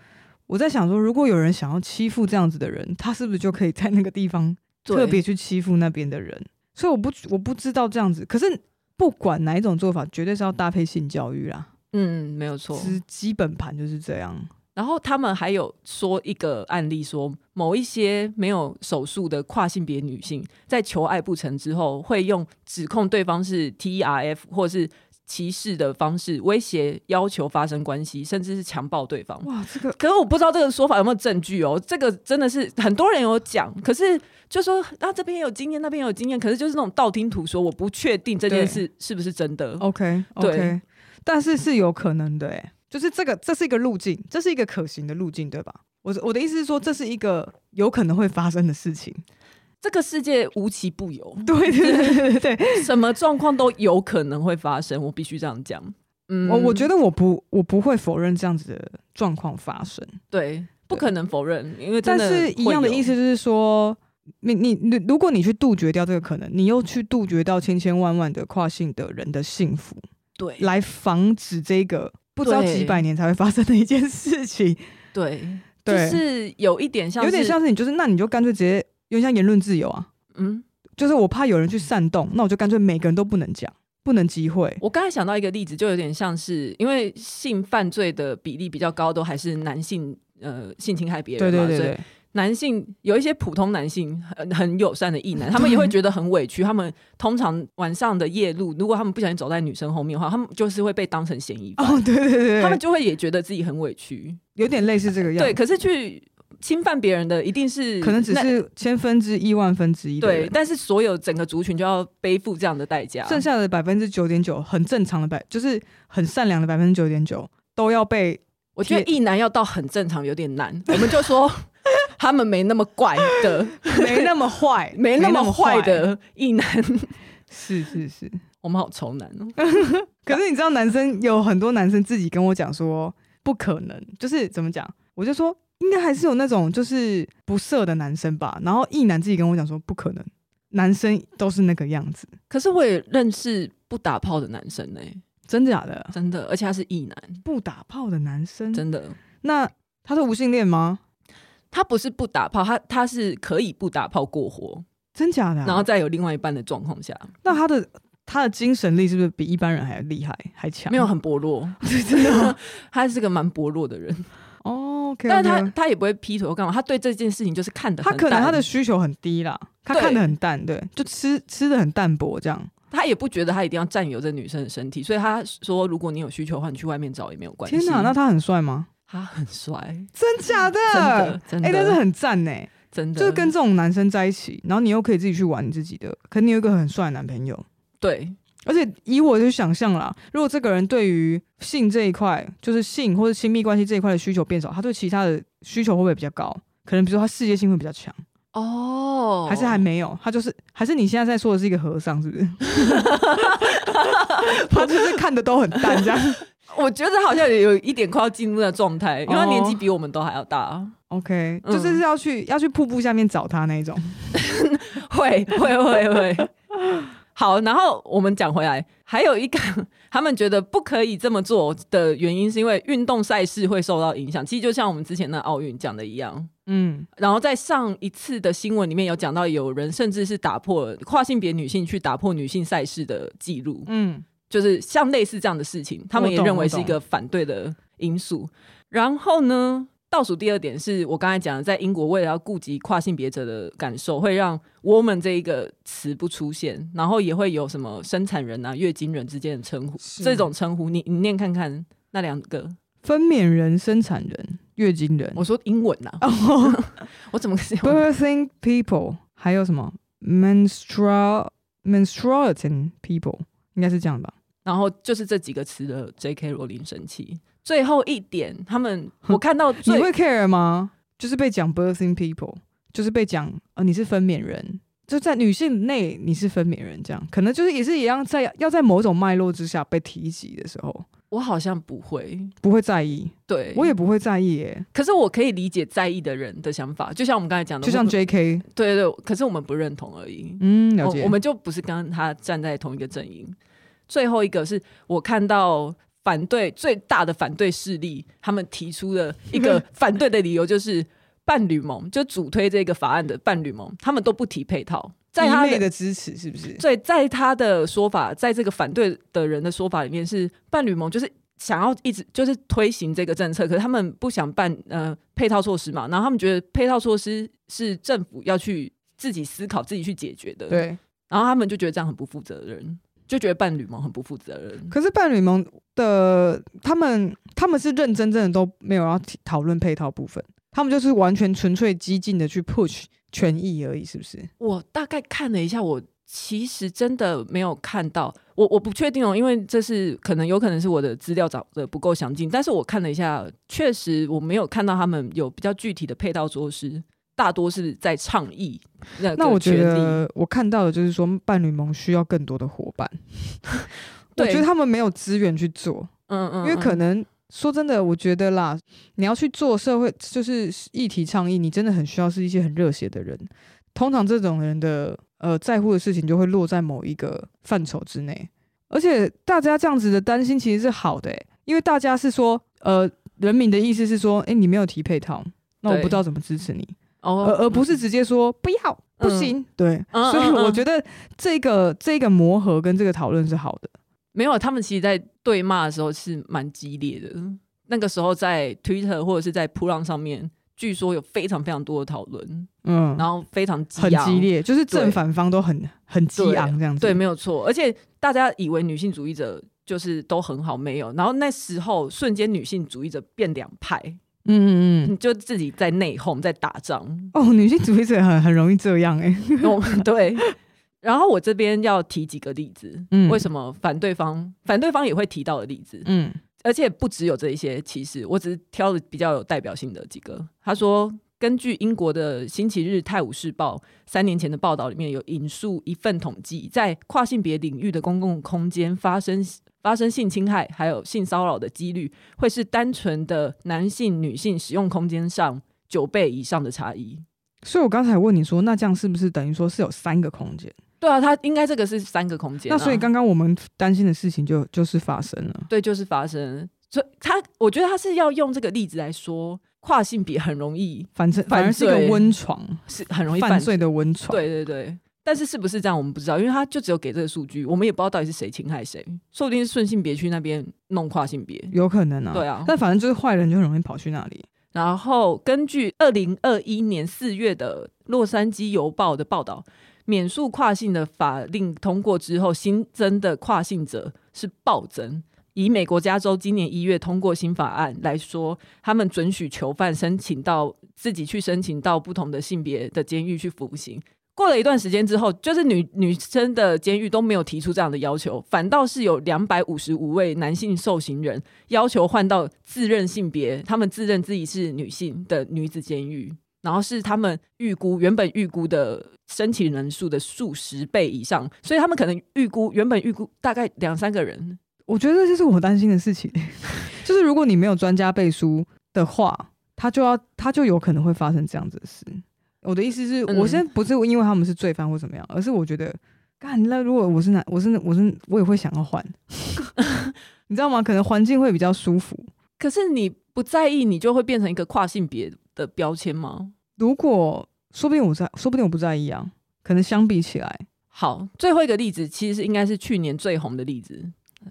我在想说，如果有人想要欺负这样子的人，他是不是就可以在那个地方特别去欺负那边的人？所以我不我不知道这样子，可是不管哪一种做法，绝对是要搭配性教育啦，嗯，没有错。是基本盘就是这样。然后他们还有说一个案例说，某一些没有手术的跨性别女性，在求爱不成之后，会用指控对方是 T E R F 或是歧视的方式威胁、要求发生关系，甚至是强暴对方。哇，这个可是我不知道这个说法有没有证据哦，这个真的是很多人有讲，可是就说啊这边也有经验，那边也有经验，可是就是那种道听途说，我不确定这件事是不是真的。 OK 对 OK，但是是有可能的哎、就是这个这是一个路径，这是一个可行的路径，对吧？我是我的意思是说，这是一个有可能会发生的事情。 这个世界无奇不有，对对对对对对，什么状况都有可能会发生，我必须这样讲。嗯我哦我觉得得我不我不会否认这样子的状况发生，对，不可能否认，因为但真的是一样的会有意思就是说。你你你，如果你去杜绝掉这个可能，你又去杜绝掉千千万万的跨性的人的幸福，对来防止这个不知道对几百年才会发生的一件事情，对，就对，是有一点像有点是像是你就是，那你就干脆直接有点像言论自由啊，嗯，就是我怕有人去煽动，那我就干脆每个人都不能讲，不能集会。我刚才想到一个例子，就有点像是因为性犯罪的比例比较高，都还是男性呃性侵害别人对嘛，对对所以对，男性有一些普通男性很很友善的异男，他们也会觉得很委屈。他们通常晚上的夜路，如果他们不小心走在女生后面的话，他们就是会被当成嫌疑犯，哦，对对对对，他们就会也觉得自己很委屈。有点类似这个样对，子，可是去侵犯别人的一定是可能只那是千分之一、万分之一的对，啊人，但是所有整个族群就要背负这样的代价。剩下的百分之九点九很正常的百，就是很善良的百分之九点九都要被我觉得一男要到很正常有 点难，我们就说 他们没那么怪的，，没那么坏 没那么坏，的一男， 是是是。我们好愁男哦。可是你知道，男生有很多男生自己跟我讲说，不可能，就是怎么讲？我就说应该还是有那种就是不色的男生吧。然后一男自己跟我讲说不可能，男生都是那个样子，可是我也认识不打炮的男生呢、欸真的假的？真的，而且他是异男，不打炮的男生，嗯真的。那他是无性恋吗？他不是不打炮，他他是可以不打炮过活，真假的啊、啊然后再有另外一半的状况下，那他的他的精神力是不是比一般人还厉害还强？没有很薄弱， 真的吗 他是个蛮薄弱的人，哦，OK，但是他他也不会劈腿或干嘛，他对这件事情就是看得他很可能淡他的需求很低啦，他对看得很淡，对，就吃吃的很淡薄这样。他也不觉得他一定要占有这女生的身体，所以他说如果你有需求的话，你去外面找也没有关系。天哪，那他很帅吗？他很帅，真假的？真的真的哎、但是很赞呢、真的就是跟这种男生在一起，然后你又可以自己去玩你自己的，可你有一个很帅的男朋友，对而且以我的想象啦，如果这个人对于性这一块，就是性或者亲密关系这一块的需求变少，他对其他的需求会不会比较高？可能比如说他事业心会比较强，哦，还是还没有？他就是还是你现在在说的是一个和尚，是不 是？他就是看的都很淡，这样。我觉得好像也有一点快要进入那状态，因为他哦年纪比我们都还要大。 OK，嗯就是要去要去瀑布下面找他那一种。 会会会会。好，然后我们讲回来，还有一个他们觉得不可以这么做的原因，是因为运动赛事会受到影响。其实就像我们之前那奥运讲的一样。嗯，然后在上一次的新闻里面有讲到，有人甚至是打破跨性别女性去打破女性赛事的记录，嗯，就是像类似这样的事情，他们也我懂认为是一个反对的因素。然后呢，倒数第二点是我刚才讲的，在英国为了要顾及跨性别者的感受，会让 woman 这一个词不出现，然后也会有什么生产人啊、月经人之间的称呼，是嗯这种称呼你你念看看那两个，分娩人、生产人、月经人 我说英文呐、哦啊， 我怎么想？ ，birthing people，还有什么 menstrual menstruating people，应该是这样吧？然后就是这几个词的 J.K. 罗琳生气。最后一点，他们我看到 你最会 care 吗？就是被讲 birthing people，就是被讲呃你是分娩人，就在女性内你是分娩人，这样可能就是也是一样在要在某种脉络之下被提及的时候，我好像不会，不会在意，对我也不会在意耶、可是我可以理解在意的人的想法，就像我们刚才讲的，就像我 J.K. 对对，可是我们不认同而已。嗯，了我解。我们就不是跟他站在同一个阵营。最后一个是我看到反对最大的反对势力，他们提出的一 个反对的理由就是伴侣盟，就主推这个法案的伴侣盟，他们都不提配套，在他一类的支持是不是？对，在他的说法，在这个反对的人的说法里面是伴侣盟，就是想要一直就是推行这个政策，可是他们不想办呃配套措施嘛，然后他们觉得配套措施是政府要去自己思考、自己去解决的，，对，然后他们就觉得这样很不负责任，就觉得伴侣盟很不负责任，可是伴侣盟的他们，他们是认真真的都没有要提讨论配套部分，他们就是完全纯粹激进的去 push 权益而已，是不是？我大概看了一下，我其实真的没有看到，我我不确定哦，因为这是可能有可能是我的资料找的不够详尽，但是我看了一下，确实我没有看到他们有比较具体的配套措施，大多是在倡议那那个我觉呃权利。得我看到的就是说，伴侣盟需要更多的伙伴。我对觉得他们没有资源去做，嗯嗯，因为可嗯能说真的，我觉得啦，你要去做社会就是议题倡议，你真的很需要是一些很热血的人。通常这种人的呃在乎的事情就会落在某一个范畴之内，而且大家这样子的担心其实是好的欸、因为大家是说呃人民的意思是说，哎、你没有提配套，那我对不知道怎么支持你，哦而而不是直接说不要不行，对，嗯所以嗯嗯我觉得这个这个磨合跟这个讨论是好的，没有，他们其实，在对骂的时候是蛮激烈的。那个时候在 Twitter 或者是在扑浪上面，据说有非常非常多的讨论，嗯，然后非常激很昂激烈，就是对正反方都很很激昂这样子。对，没有错。而且大家以为女性主义者就是都很好，没有。然后那时候瞬间女性主义者变两派，嗯嗯嗯。。你就自己在内讧，在打仗 哦，女性主义者很很容易这样哎、我对。然后我这边要提几个例子，嗯为什么反对方反对方也会提到的例子，嗯，而且不只有这一些。其实我只是挑了比较有代表性的几个。他说。根据英国的《星期日泰晤士报》三年前的报道里面有引述一份统计，在跨性别领域的公共空间发生发生性侵害还有性骚扰的几率，会是单纯的男性、女性使用空间上九倍以上的差异。所以我刚才问你说，那这样是不是等于说是有三个空间？对啊，它应该这个是三个空间啊、那所以刚刚我们担心的事情就就是发生了。对，就是发生。所以他，我觉得他是要用这个例子来说，跨性别很容易反正反而是一犯个罪温床，是很容易犯犯罪的温床。，对对对，但是是不是这样我们不知道，因为他就只有给这个数据，我们也不知道到底是谁侵害谁，说不定是顺性别去那边弄跨性别。有可能啊。对啊但反正就是坏人就很容易跑去那里。然后根据二零二一年四月的《洛杉矶邮报》的报道，免诉跨性的法令通过之后，新增的跨性者是暴增。以美国加州今年一月通过新法案来说，他们准许囚犯申请到自己去申请到不同的性别的监狱去服刑。过了一段时间之后，就是女女生的监狱都没有提出这样的要求，反倒是有两百五十五位男性受刑人要求换到自认性别，他们自认自己是女性的女子监狱，然后是他们预估原本预估的申请人数的数十倍以上，所以他们可能预估原本预估大概两三个人，我觉得这就是我担心的事情， 就是如果你没有专家背书的话，他就要他就有可能会发生这样子的事。我的意思是，嗯我现在不是因为他们是罪犯或怎么样，而是我觉得，干那如果我是男，我是我是我也会想要换， 你知道吗？可能环境会比较舒服。可是你不在意，你就会变成一个跨性别的标签吗？如果说不定我在，说不定我不在意啊。可能相比起来，好，最后一个例子其实是应该是去年最红的例子，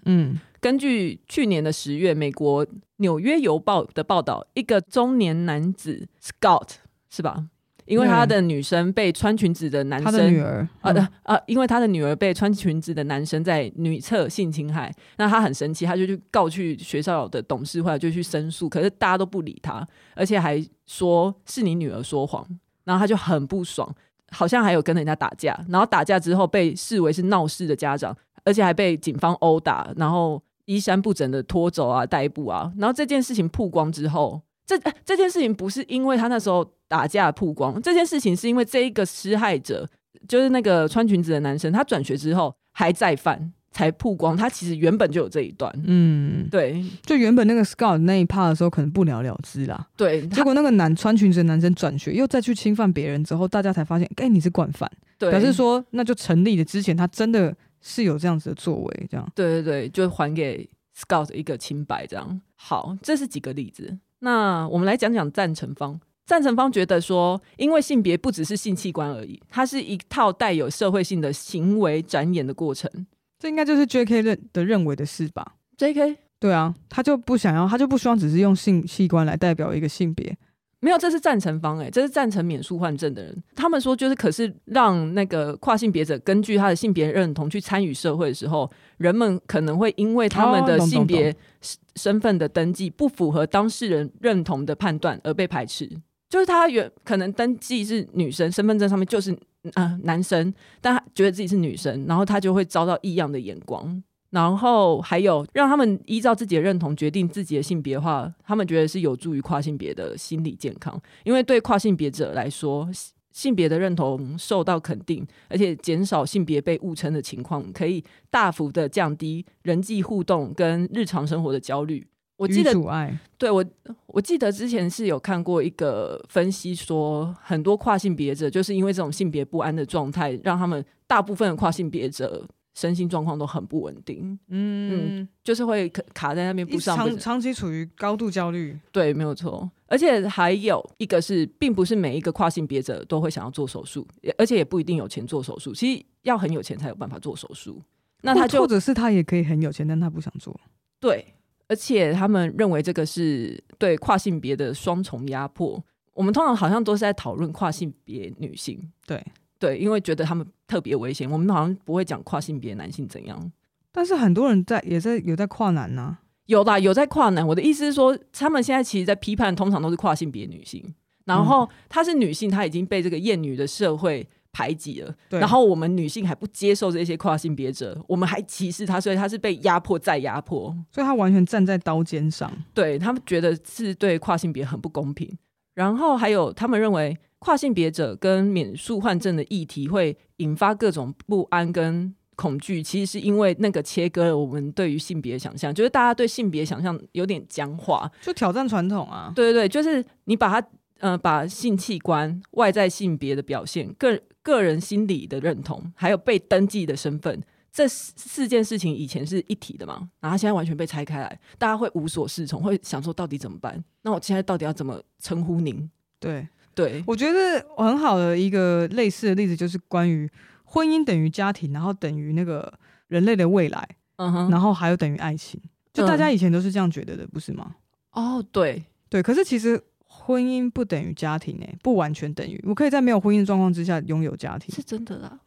嗯，根据去年的十月，美国《纽约邮报》的报道，一个中年男子 Scott 是吧？因为他的女生被穿裙子的男他的女生，儿，啊嗯啊、啊因为他的女儿被穿裙子的男生在女厕性侵害，那他很生气，他就去告去学校的董事会，就去申诉，可是大家都不理他，而且还说是你女儿说谎，然后他就很不爽，好像还有跟人家打架，然后打架之后被视为是闹事的家长，而且还被警方殴打，然后衣衫不整的拖走啊、逮捕啊。然后这件事情曝光之后，这呃这件事情不是因为他那时候打架曝光，这件事情是因为这一个施害者，就是那个穿裙子的男生，他转学之后还再犯才曝光，他其实原本就有这一段。嗯，对就原本那个 Scott 那一 part 的时候，可能不了了之啦。对，结他果那个男穿裙子的男生转学，又再去侵犯别人之后，大家才发现，哎、你是惯犯，对表示说那就成立了。之前他真的是有这样子的作为，这样对对对，就还给 Scout 一个清白，这样。好，这是几个例子。那我们来讲讲赞成方。赞成方觉得说，因为性别不只是性器官而已，它是一套带有社会性的行为展演的过程。这应该就是 J.K. 认的认为的事吧？ J.K. 对啊，他就不想要，他就不希望只是用性器官来代表一个性别。没有，这是赞成方哎、这是赞成免诉换证的人。他们说，就是可是让那个跨性别者根据他的性别认同去参与社会的时候，人们可能会因为他们哦的懂懂性别身身份的登记不符合当事人认同的判断而被排斥。就是他原可能登记是女生，身份证上面就是啊男生，但他觉得自己是女生，然后他就会遭到异样的眼光。然后还有让他们依照自己的认同决定自己的性别化，他们觉得是有助于跨性别的心理健康，因为对跨性别者来说，性性别的认同受到肯定，而且减少性别被误称的情况，可以大幅的降低人际互动跟日常生活的焦虑。我我记得阻碍，对我，我记得之前是有看过一个分析说，很多跨性别者就是因为这种性别不安的状态，让他们大部分的跨性别者身心状况都很不稳定，嗯，就是会卡卡在那边一不上不长下。长期处于高度焦虑，对，没有错。而且还有一个是，并不是每一个跨性别者都会想要做手术，也而且也不一定有钱做手术。其实要很有钱才有办法做手术。那他或就或者是他也可以很有钱，但他不想做。对，而且他们认为这个是对跨性别的双重压迫。我们通常好像都是在讨论跨性别女性，对对，因为觉得他们特别危险，我们好像不会讲跨性别男性怎样。但是很多人在也在有在跨啊男呐、有啦，有在跨男。我的意思是说，他们现在其实，在批判通常都是跨性别女性，然后她是女性，她已经被这个厌女的社会排挤了，对，然后我们女性还不接受这些跨性别者，我们还歧视她，所以她是被压迫再压迫。所以他完全站在刀尖上。对他们觉得是对跨性别很不公平。然后还有他们认为跨性别者跟免术患症的议题会引发各种不安跟恐惧，其实是因为那个切割了我们对于性别的想象，就是大家对性别想象有点僵化。就挑战传统啊。对对对，就是你把它呃，把性器官、外在性别的表现、个个人心理的认同，还有被登记的身份。这四四件事情以前是一体的嘛，然后现在完全被拆开来，大家会无所适从，会想说到底怎么办？那我现在到底要怎么称呼您？对，对，我觉得很好的一个类似的例子就是关于婚姻等于家庭，然后等于那个人类的未来，嗯哼，然后还有等于爱情。就大家以前都是这样觉得的，不是吗？哦，对，对，可是其实婚姻不等于家庭诶、欸不完全等于。我可以在没有婚姻的状况之下拥有家庭是，真的啦。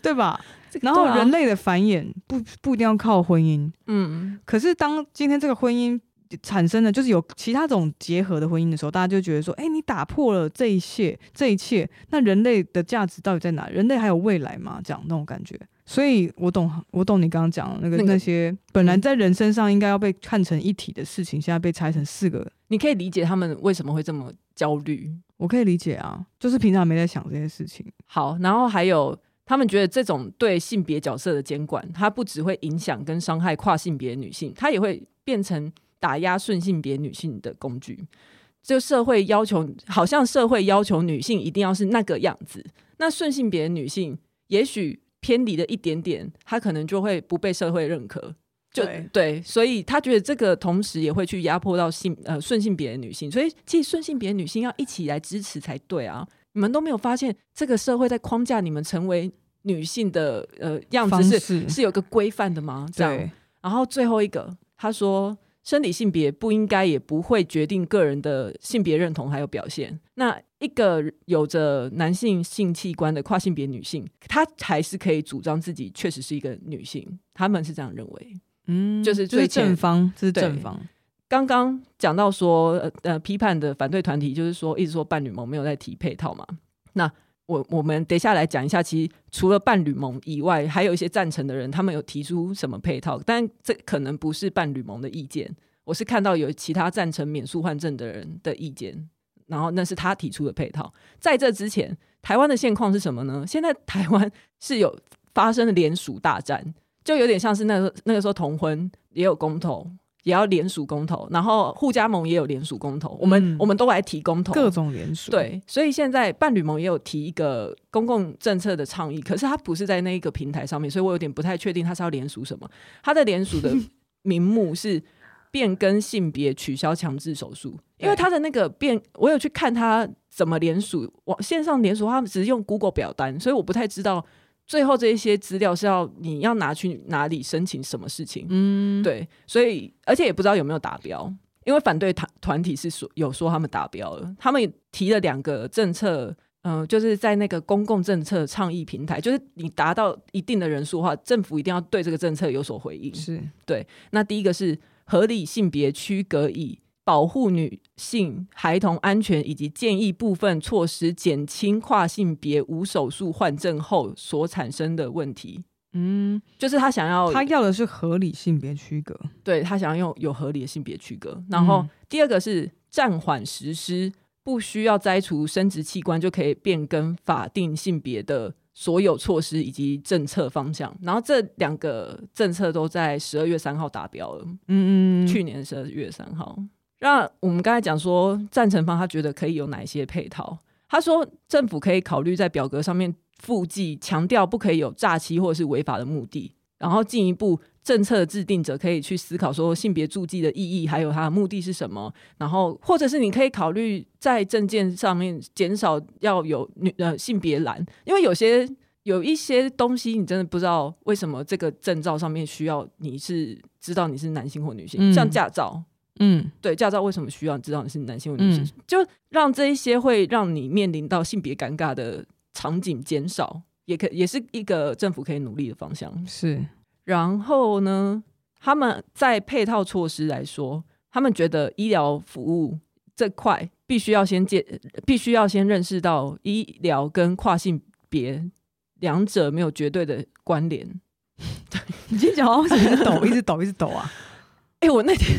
对吧？啊这个然后对啊人类的繁衍不不一定要靠婚姻，嗯，可是当今天这个婚姻产生了，就是有其他种结合的婚姻的时候，大家就觉得说，哎、你打破了这一切，这一切，那人类的价值到底在哪？人类还有未来吗？这样那种感觉。所以我懂，我懂你刚刚讲的那个那那个嗯些本来在人身上应该要被看成一体的事情，现在被拆成四个，你可以理解他们为什么会这么焦虑。我可以理解啊，就是平常没在想这些事情。好，然后还有他们觉得这种对性别角色的监管，它不只会影响跟伤害跨性别女性，它也会变成打压顺性别女性的工具。就社会要求，好像社会要求女性一定要是那个样子，那顺性别女性也许偏离了一点点，她可能就会不被社会认可。就对所以他觉得这个同时也会去压迫到性呃顺性别的女性，所以其实顺性别的女性要一起来支持才对啊！你们都没有发现这个社会在框架你们成为女性的呃样方子是式是有个规范的吗？这样，对，然后最后一个，他说生理性别不应该也不会决定个人的性别认同还有表现。那一个有着男性性器官的跨性别女性，她还是可以主张自己确实是一个女性，他们是这样认为。嗯就是就是最前正方，这是对正方，刚刚讲到说，呃呃，批判的反对团体就是说，一直说伴侣盟没有在提配套嘛。那我我们等一下来讲一下，其实除了伴侣盟以外，还有一些赞成的人，他们有提出什么配套，但这可能不是伴侣盟的意见。我是看到有其他赞成免诉换证的人的意见，然后那是他提出的配套。在这之前，台湾的现况是什么呢？现在台湾是有发生了联署大战，就有点像是那个那个时候同婚也有公投，也要联署公投，然后互加盟也有联署公投，我们、嗯我们都来提公投，各种联署，，对，所以现在伴侣盟也有提一个公共政策的倡议，可是它不是在那一个平台上面，所以我有点不太确定它是要联署什么。它的联署的名目是变更性别、取消强制手术，因为对它的那个变，我有去看它怎么联署，网线上联署，他们只是用 Google 表单，所以我不太知道最后这一些资料是要你要拿去哪里申请什么事情。嗯，对，所以而且也不知道有没有达标，因为反对团团体是说有说他们达标了，他们提了两个政策，嗯、就是在那个公共政策倡议平台，就是你达到一定的人数的话，政府一定要对这个政策有所回应。是，那第一个是合理性别区隔以保护女性孩童安全，以及建议部分措施减轻跨性别无手术换证后所产生的问题，嗯，就是他想要他要的是合理性别区隔，对他想要用有合理的性别区隔。然后嗯第二个是暂缓实施，不需要摘除生殖器官就可以变更法定性别的所有措施以及政策方向。然后这两个政策都在十二月三号达标了，嗯嗯，嗯去年十二月三号。那我们刚才讲说，赞成方他觉得可以有哪一些配套？他说，政府可以考虑在表格上面附记强调不可以有诈欺或者是违法的目的，然后进一步政策的制定者可以去思考说性别注记的意义，还有它的目的是什么。然后，或者是你可以考虑在证件上面减少要有女呃性别栏，因为有些有一些东西你真的不知道为什么这个证照上面需要你是知道你是男性或女性，嗯像驾照。嗯，对驾照为什么需要你知道你是男性或女性？嗯就让这一些会让你面临到性别尴尬的场景减少，也可也是一个政府可以努力的方向。是，然后呢，他们在配套措施来说，他们觉得医疗服务这块必须要先介，必须要先认识到医疗跟跨性别两者没有绝对的关联。你今天讲话为什么一直抖，一直抖，一直抖啊？哎，我那天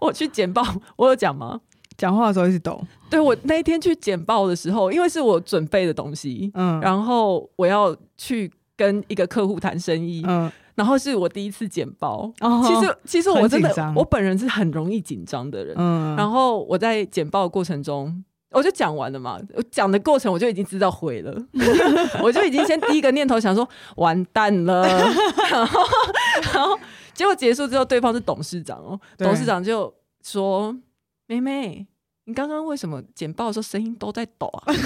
我去简报，我有讲吗？讲话的时候一直抖，对我那一天去简报的时候，因为是我准备的东西，嗯，然后我要去跟一个客户谈生意，嗯，然后是我第一次简报。哦其实其实我真很紧的张我本人是很容易紧张的人，嗯，然后我在简报的过程中。我就讲完了嘛，我讲的过程我就已经知道毁了， 我就已经先第一个念头想说完蛋了，然后然后结果结束之后，对方是董事长哦，对董事长就说：“妹妹，你刚刚为什么简报的时候声音都在抖啊？”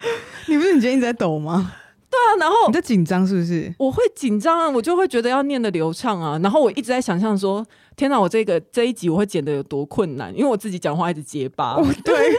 对你不是你今天一直在抖吗？啊，然后你在紧张是不是？我会紧张啊，我就会觉得要念的流畅啊，然后我一直在想象说，天哪，我这个这一集我会剪的有多困难，因为我自己讲话一直结巴。哦，对，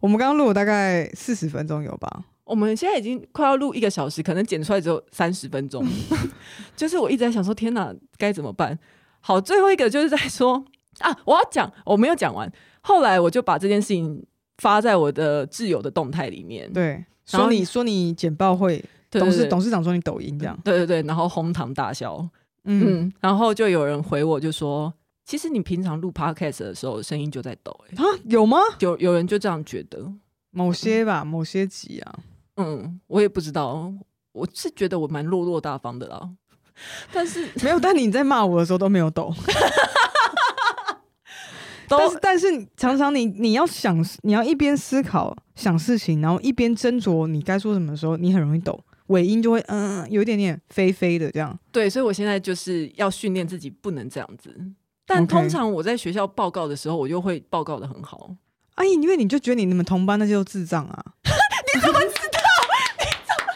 我们刚刚录了大概四十分钟有吧？我们现在已经快要录一个小时，可能剪出来只有三十分钟， 就是我一直在想说，天哪，该怎么办？好，最后一个就是在说 啊，我要讲，我没有讲完，后来我就把这件事情发在我的挚友的动态里面，对，然后说你说你简报会，对董对事对董事长说你抖音这样，对对对，然后哄堂大笑。嗯，嗯，然后就有人回我就说，其实你平常录 podcast 的时候声音就在抖、欸，啊，有吗？有 有人就这样觉得，某些吧，某些集啊，嗯，我也不知道，我是觉得我蛮落落大方的啦， 但是没有，但你在骂我的时候都没有抖，都但是但是常常你你要想，你要一边思考想事情，然后一边斟酌你该说什么的时候，你很容易抖，尾音就会嗯嗯有一点点飞飞的这样。对，所以我现在就是要训练自己不能这样子。但 OK 通常我在学校报告的时候，我就会报告的很好。阿姨，哎因为你就觉得你们同班那些都智障啊？你怎么知道？ 你怎么？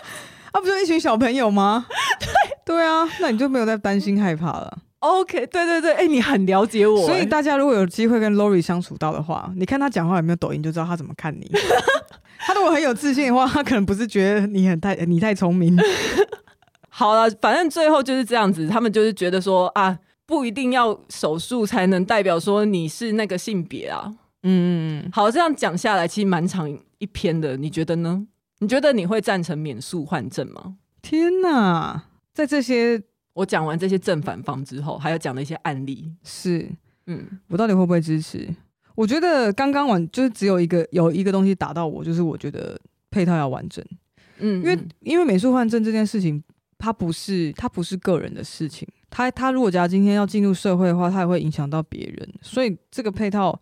啊，不就一群小朋友吗？对对啊，那你就没有在担心害怕了。 OK，对对对，哎、你很了解我、所以哎大家如果有机会跟 Lori 相处到的话，你看他讲话有没有抖音，就知道他怎么看你。 他如果很有自信的话，他可能不是觉得你很太你太聪明，好了，反正最后就是这样子，他们就是觉得说啊，不一定要手术才能代表说你是那个性别啊。嗯，好，这样讲下来，其实蛮长一篇的，你觉得呢？你觉得你会赞成免诉换证吗？天哪，在这些我讲完这些正反方之后，还有讲了一些案例，是嗯，我到底会不会支持？我觉得刚刚完就是只有一个有一个东西打到我，就是我觉得配套要完整，嗯因为因为美术换证这件事情，它不是它不是个人的事情，它它如果假如今天要进入社会的话，它也会影响到别人，所以这个配套，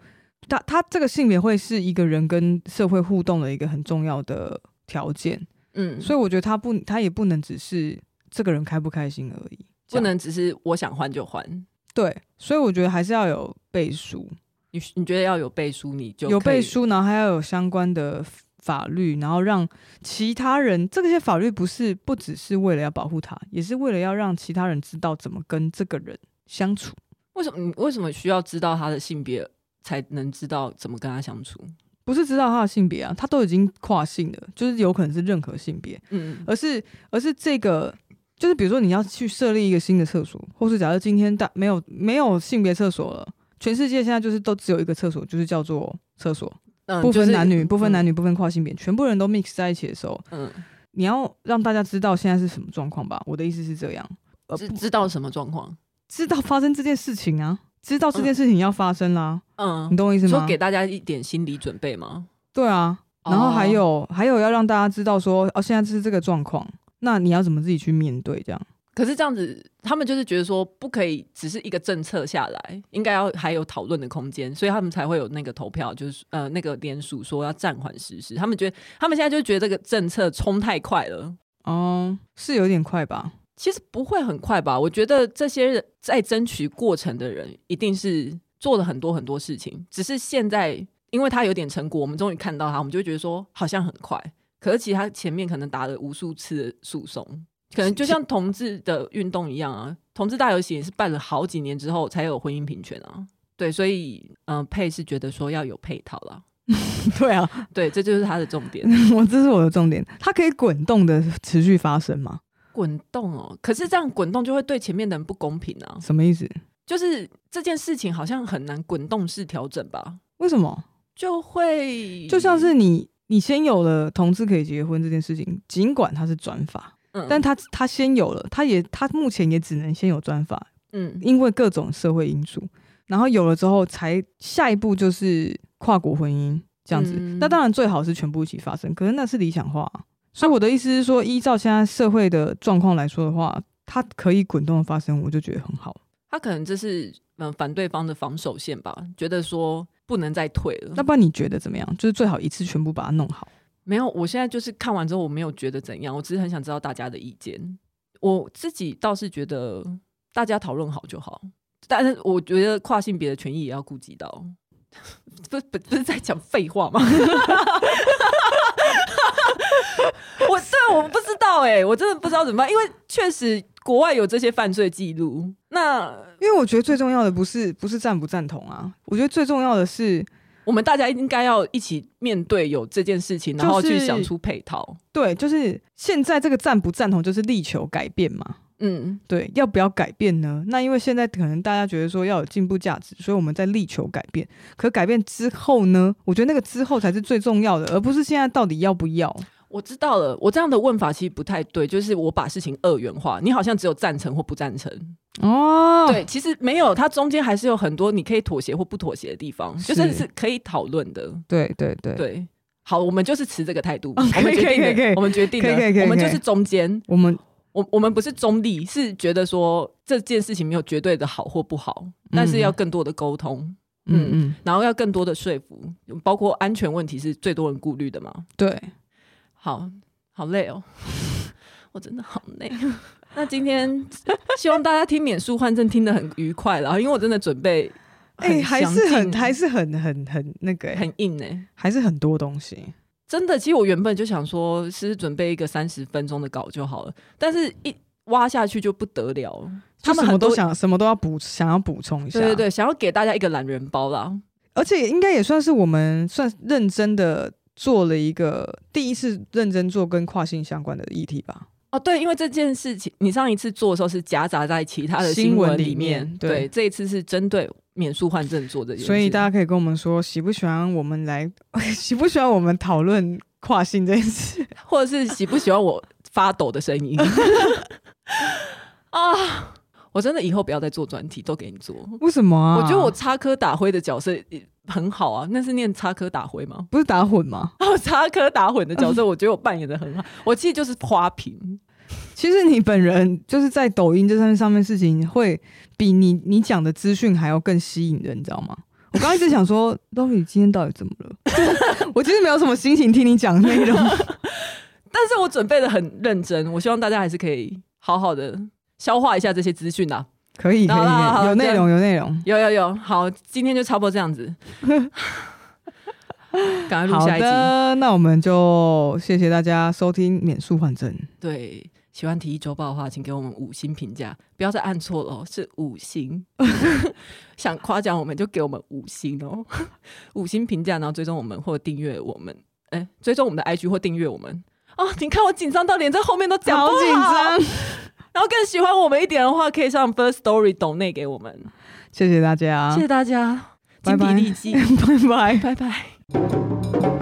它它这个性别会是一个人跟社会互动的一个很重要的条件，嗯，所以我觉得它不它也不能只是这个人开不开心而已，这不样能只是我想换就换。对，所以我觉得还是要有背书，你你觉得要有背书，你就有可以背，书，然后还要有相关的法律，然后让其他人，这些法律不是不只是为了要保护他，也是为了要让其他人知道怎么跟这个人相处。为什么你为什么需要知道他的性别才能知道怎么跟他相处？不是知道他的性别啊，他都已经跨性了，就是有可能是任何性别，嗯而是而是这个，就是比如说你要去设立一个新的厕所，或是假设今天大没有没有性别厕所了，全世界现在就是都只有一个厕所，就是叫做厕所，嗯不分男女，不分男女，女，不分跨性别，全部人都 mix 在一起的时候，嗯，你要让大家知道现在是什么状况吧？我的意思是这样，呃，知不知道什么状况？知道发生这件事情啊，知道这件事情要发生啦，嗯你，懂我意思说吗？给大家一点心理准备吗？对啊，然后还哦有、还有要让大家知道说，哦，现在是这个状况，那你要怎么自己去面对？这样可是这样子，他们就是觉得说不可以只是一个政策下来，应该要还有讨论的空间，所以他们才会有那个投票，就是呃那个联署说要暂缓实施。他们觉得他们现在就觉得这个政策冲太快了。哦，是有点快吧？其实不会很快吧？我觉得这些人在争取过程的人，一定是做了很多很多事情，只是现在因为他有点成果，我们终于看到他，我们就会觉得说好像很快。可是其实他前面可能打了无数次的诉讼，可能就像同志的运动一样啊，同志大游行也是办了好几年之后才有婚姻平权啊。对，所以嗯、呃配是觉得说要有配套啦。对啊， 对，这就是他的重点。 我这是我的重点，它可以滚动的持续发生吗？滚动哦，可是这样滚动就会对前面的人不公平啊。什么意思？就是这件事情好像很难滚动式调整吧，为什么？就会就像是你你先有了同志可以结婚这件事情，尽管它是转法，嗯但他他先有了，他也他目前也只能先有专法，嗯因为各种社会因素，然后有了之后才下一步就是跨国婚姻这样子。嗯那当然最好是全部一起发生，可是那是理想化啊、所以我的意思是说，依照现在社会的状况来说的话，它可以滚动的发生，我就觉得很好。他可能这是嗯反对方的防守线吧，觉得说不能再退了。那不然你觉得怎么样？就是最好一次全部把它弄好。没有，我现在就是看完之后，我没有觉得怎样，我只是很想知道大家的意见。我自己倒是觉得大家讨论好就好，但是我觉得跨性别的权益也要顾及到。 不不不是在讲废话吗？ 我对我不知道哎、我真的不知道怎么办，因为确实国外有这些犯罪记录。那因为我觉得最重要的不是不是赞不赞同啊，我觉得最重要的是我们大家应该要一起面对有这件事情，然后去就是想出配套。对，就是现在这个赞不赞同，就是力求改变嘛。嗯，对，要不要改变呢？那因为现在可能大家觉得说要有进步价值，所以我们在力求改变。可改变之后呢？我觉得那个之后才是最重要的，而不是现在到底要不要。我知道了，我这样的问法其实不太对，就是我把事情二元化，你好像只有赞成或不赞成。哦，对，其实没有，它中间还是有很多你可以妥协或不妥协的地方，是就是是可以讨论的。对对对对，好，我们就是持这个态度，哦我们可以决定可以可以的，我们决定可以可以可以的，我们就可以是中间，我们我我们不是中立，是觉得说这件事情没有绝对的好或不好，但是要更多的沟通。嗯嗯嗯，然后要更多的说服，包括安全问题是最多人顾虑的嘛。对，好好累哦， 我真的好累。 那今天希望大家听免术换证听得很愉快啦，因为我真的准备哎、很还详是尽很还是很很很那个、欸，很硬呢、还是很多东西。真的，其实我原本就想说，是准备一个三十分钟的稿就好了，但是一挖下去就不得了。他就们什么很多都想，什么都要补，想要补充一下。对对对，想要给大家一个懒人包啦。而且应该也算是我们算认真的做了一个第一次认真做跟跨性相关的议题吧。哦，对，因为这件事情，你上一次做的时候是夹杂在其他的新闻闻里里面对对，这一次是针对免术换证做这件事，所以大家可以跟我们说，喜不喜欢我们来， 喜不喜欢我们讨论跨性这件事？ 或者是喜不喜欢我发抖的声音啊？我真的以后不要再做专题，都给你做。为什么啊？我觉得我插科打诨的角色呃很好啊，那是念插科打诨吗？ 不是打混吗？ 哦，插科打诨的角色，我觉得我扮演的很好。我其实就是花瓶，其实你本人就是在抖音这上面上面事情，会比你你讲的资讯还要更吸引人，你知道吗？我刚刚一直想说 l o 今天到底怎么了？ 我其实没有什么心情听你讲内容。 但是我准备的很认真，我希望大家还是可以好好的消化一下这些资讯啊。可以可以好啦可好以，啦有内容有内容。有有有，好，今天就差不多这样子，赶快啊录好下一集。的，那我们就谢谢大家收听免术换证。对，喜欢体育周报的话，请给我们五星评价，不要再按错了哦，是五星。 想夸奖我们就给我们五星哦， 五星评价，然后追踪我们或订阅我们，哎、追踪我们的 IG 或订阅我们。哦，你看我紧张到连这后面都讲好不紧好张，然后更喜欢我们一点的话，可以上 First Story 懂内给我们，谢谢大家，谢谢大家，拜精疲 拜力尽，拜拜。拜拜。